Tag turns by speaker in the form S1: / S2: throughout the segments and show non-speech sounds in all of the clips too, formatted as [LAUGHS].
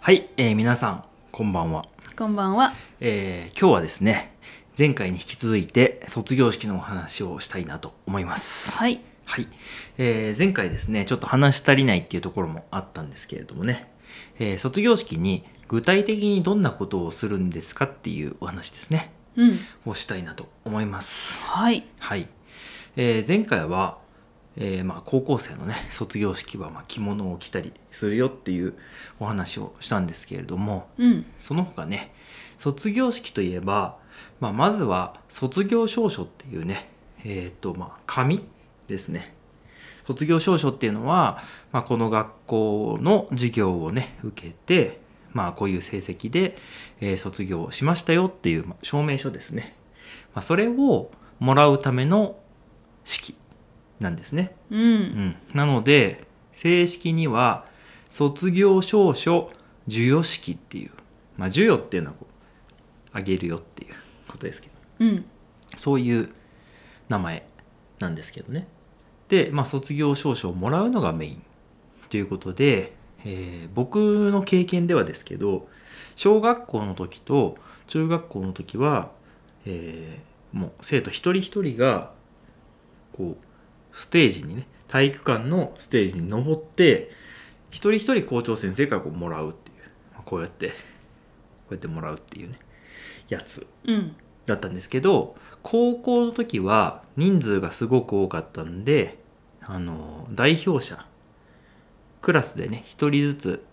S1: はい、えー皆さんこんばんは、
S2: こんばんは。
S1: えー今日はですね前回に引き続いて卒業式のお話をしたいなと思います
S2: はい。
S1: はい、えー前回ですねちょっと話し足りないっていうところもあったんですけれどもね、えー卒業式に具体的にどんなことをするんですかっていうお話ですね
S2: うん。
S1: をしたいなと思います
S2: はい。
S1: はい、えー前回は、えーまあ、高校生のね卒業式はまあ着物を着たりするよっていうお話をしたんですけれども
S2: うん。
S1: その他ね卒業式といえば、まあ、まずは卒業証書っていうねえっ、とまあ紙ですね卒業証書っていうのは、まあ、この学校の授業をね受けてまあこういう成績で、えー卒業しましたよっていう、まあ証明書ですね、まあ、それをもらうための式なんですね
S2: う。
S1: うんん、なので正式には卒業証書授与式っていう、まあ、授与っていうのはこうあげるよっていうことですけど
S2: うん。
S1: そういう名前なんですけどねで、まあ、卒業証書をもらうのがメインということで、えー僕の経験ではですけど小学校の時と中学校の時は、えーもう生徒一人一人がこうステージにね体育館のステージに登って一人一人校長先生からこうもらうっていうまあこうやってこうやってもらうっていうねやつ
S2: うん。
S1: だったんですけど高校の時は人数がすごく多かったんであの代表者クラスでね1人ずつ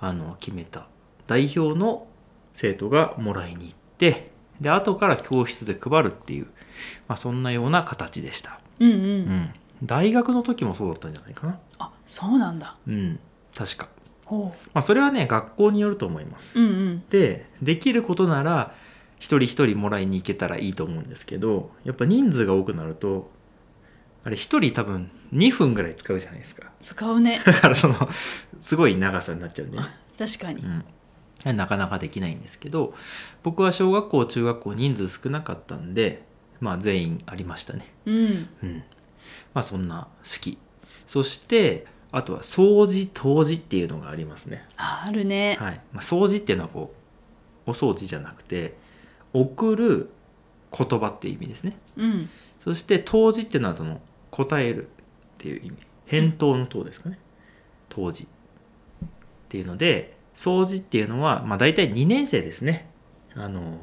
S1: あの決めた代表の生徒がもらいに行ってで後から教室で配るっていう、まあ、そんなような形でした、
S2: うん。う。
S1: うんん、大学の時もそうだったんじゃないかな
S2: あ、そうなんだ。
S1: うん確か、
S2: ほ
S1: まあ、それはね学校によると思います
S2: う。うん
S1: でできることなら一人一人もらいに行けたらいいと思うんですけどやっぱ人数が多くなるとあれ一人多分2分ぐらい使うじゃないですか
S2: うん。使うね。
S1: だからそのすごい長さになっちゃうね、
S2: 確かに。
S1: うん、なかなかできないんですけど僕は小学校中学校人数少なかったんでまあ全員ありましたね
S2: うん。
S1: うん、まあそんな式そしてあとは掃除当時っていうのがありますね
S2: ああるね。
S1: はいまあ、掃除っていうのはこうお掃除じゃなくて送る言葉っていう意味ですね
S2: うん。
S1: そして答辞っていうのはその答えるっていう意味返答の答ですかね答辞っていうので掃除っていうのは、まあ、大体2年生ですねあの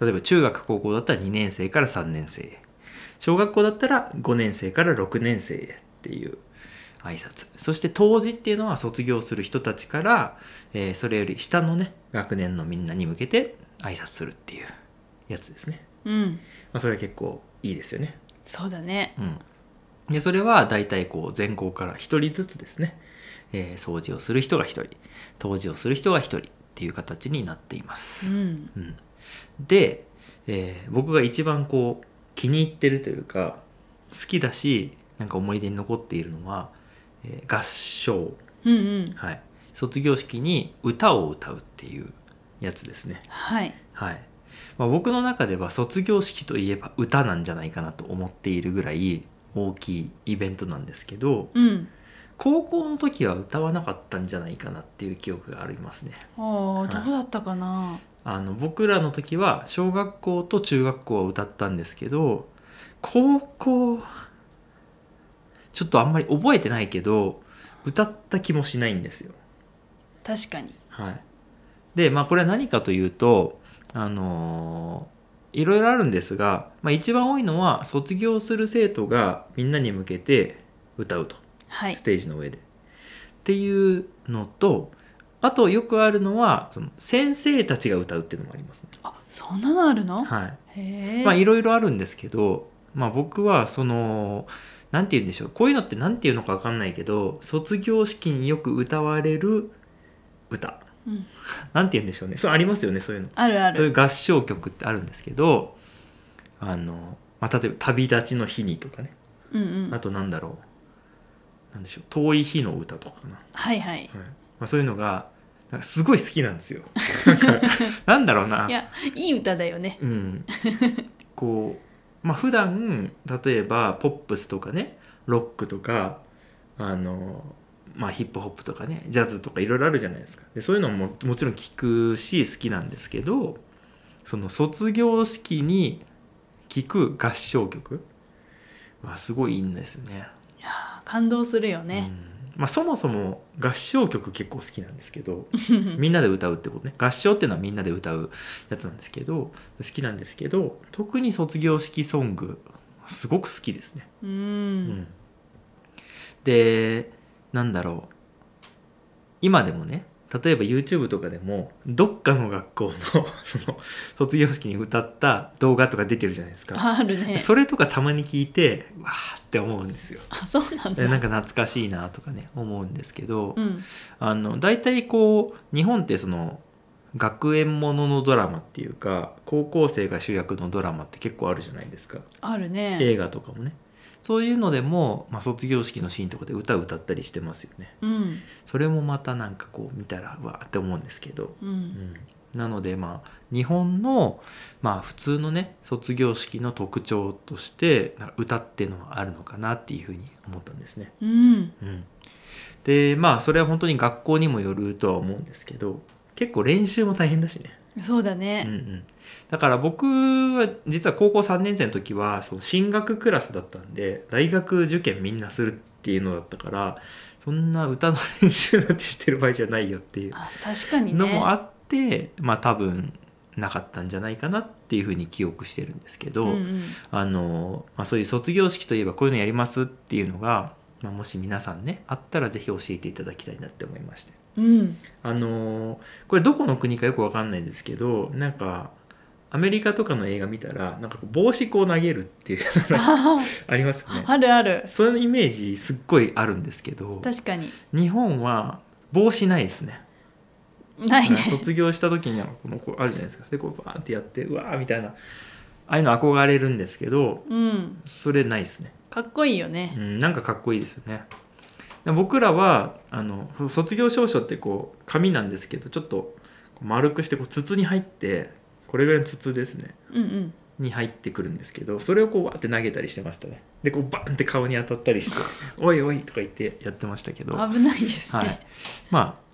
S1: 例えば中学高校だったら2年生から3年生へ小学校だったら5年生から6年生へっていう挨拶そして当時っていうのは卒業する人たちから、えーそれより下のね学年のみんなに向けて挨拶するっていうやつですね、
S2: うん。
S1: まあ、それは結構いいですよね
S2: そうだね。
S1: うん、でそれは大体こう全校から1人ずつですね、えー掃除をする人が1人当時をする人が1人っていう形になっていま
S2: う
S1: す、
S2: ん。
S1: うんで、えー僕が一番こう気に入ってるというか好きだしなんか思い出に残っているのは、えー合唱、
S2: うんうん。
S1: はい、卒業式に歌を歌うっていうやつですね
S2: はい。
S1: はいまあ、僕の中では卒業式といえば歌なんじゃないかなと思っているぐらい大きいイベントなんですけど
S2: うん。
S1: 高校の時は歌わなかったんじゃないかなっていう記憶がありますね
S2: ああ、どこだったかな。
S1: あの僕らの時は小学校と中学校は歌ったんですけど高校ちょっとあんまり覚えてないけど歌った気もしないんですよ
S2: 確かに。
S1: はい、でまあこれは何かというとあのーいろいろあるんですが、まあ、一番多いのは卒業する生徒がみんなに向けて歌うと
S2: はい
S1: ス。テージの上で。っていうのとあとよくあるのはその先生たちが歌うっていうのもありますね。
S2: あ、そんなのあるの。
S1: はい
S2: へえ。
S1: まあいろいろあるんですけど、まあ、僕はその何て言うんでしょうこういうのって何て言うのか分かんないけど卒業式によく歌われる歌
S2: うん
S1: なんて言うんでしょうねそうありますよねそういうの
S2: あるあ
S1: そうい
S2: る。
S1: う合唱曲ってあるんですけどあの、まあ、例えば「旅立ちの日に」とかね
S2: うんう
S1: あ
S2: ん。
S1: となんだろうなんでしょう遠い日の歌とかかな、
S2: はいはい。
S1: はいまあ、そういうのがなんかすごい好きなんですよなんか
S2: [LAUGHS]
S1: なんだろうない
S2: や、いい歌だよね。
S1: うん、こうまあ普段例えばポップスとかねロックとかあのまあ、ヒップホップとかねジャズとかいろいろあるじゃないですかでそういうのもももちろん聞くし好きなんですけどその卒業式に聞く合唱曲はすごいいいんですよね。
S2: いやー感動するよね。
S1: うんまあ、そもそも合唱曲結構好きなんですけど
S2: [LAUGHS]
S1: みんなで歌うってことね合唱っていうのはみんなで歌うやつなんですけど好きなんですけど特に卒業式ソングすごく好きですね。
S2: うん。
S1: うんでなんだろう今でもね例えば YouTube とかでもどっかの学校のその卒業式に歌った動画とか出てるじゃないですか、
S2: あるね。
S1: それとかたまに聞いてわーって思うんですよ
S2: あ、そうなん
S1: で
S2: だ。
S1: なんか懐かしいなとかね思うんですけど、
S2: うん。
S1: あの大体こう日本ってその学園もののドラマっていうか高校生が主役のドラマって結構あるじゃないですか
S2: あるね。
S1: 映画とかもねそういうのでも、まあ、卒業式のシーンとかで歌歌ったりしてますよね
S2: うん。
S1: それもまたなんかこう見たらわーって思うんですけど、
S2: う。
S1: うんん、なのでまあ日本のまあ普通のね卒業式の特徴としてなんか歌ってのはあるのかなっていうふうに思ったんですね。
S2: うん。
S1: うん、でまあそれは本当に学校にもよるとは思うんですけど結構練習も大変だしね。
S2: そうだ
S1: うんう
S2: ね。
S1: ん、だから僕は実は高校3年生の時はその進学クラスだったんで大学受験みんなするっていうのだったからそんな歌の練習なんてしてる場合じゃないよっていう
S2: あ、確かにね。
S1: のもあって、まあ多分なかったんじゃないかなっていうふうに記憶してるんですけど、
S2: うんうん
S1: あのまあ、そういう卒業式といえばこういうのやりますっていうのが、まあ、もし皆さんねあったらぜひ教えていただきたいなって思いまして。 [LAUGHS]
S2: うん。
S1: あのーこれどこの国かよくわかんないんですけどなんかアメリカとかの映画見たらなんかこう帽子こう投げるっていう [LAUGHS]
S2: あ
S1: ありますよね
S2: あるある。
S1: そういうイメージすっごいあるんですけど
S2: 確かに。
S1: 日本は帽子ないですね
S2: ないね。
S1: 卒業した時にはこのこうあるじゃないですかでこうバーンってやってうわーみたいなああいうの憧れるんですけど
S2: うん。
S1: それないですね、
S2: かっこいいよ
S1: う
S2: ね。
S1: ん、なんかかっこいいですよねで僕らはあの卒業証書ってこう紙なんですけどちょっと丸くしてこう筒に入ってこれぐらいの筒ですね
S2: うんうん。
S1: に入ってくるんですけどそれをこうわーって投げたりしてましたねでこうバンって顔に当たったりして [LAUGHS] 「おいおい」とか言ってやってましたけど
S2: 危ないです
S1: はい
S2: ね。、
S1: まあ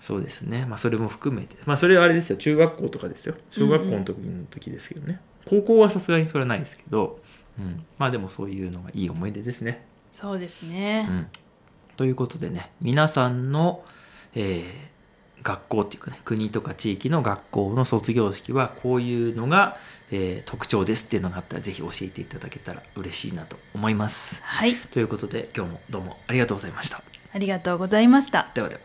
S1: そうですね、まあ、それも含めて、まあ、それはあれですよ中学校とかですよ小学校の時の時ですけどね、高校はさすがにそれはないですけど、うん、まあでもそういうのがいい思い出ですね。
S2: そうです
S1: う
S2: ね。
S1: ん、ということでね皆さんの、えー学校っていうかね国とか地域の学校の卒業式はこういうのが、えー特徴ですっていうのがあったら是非教えていただけたら嬉しいなと思います。
S2: はい。
S1: ということで今日もどうもありがとうございました。
S2: ありがとうございました。
S1: ではでは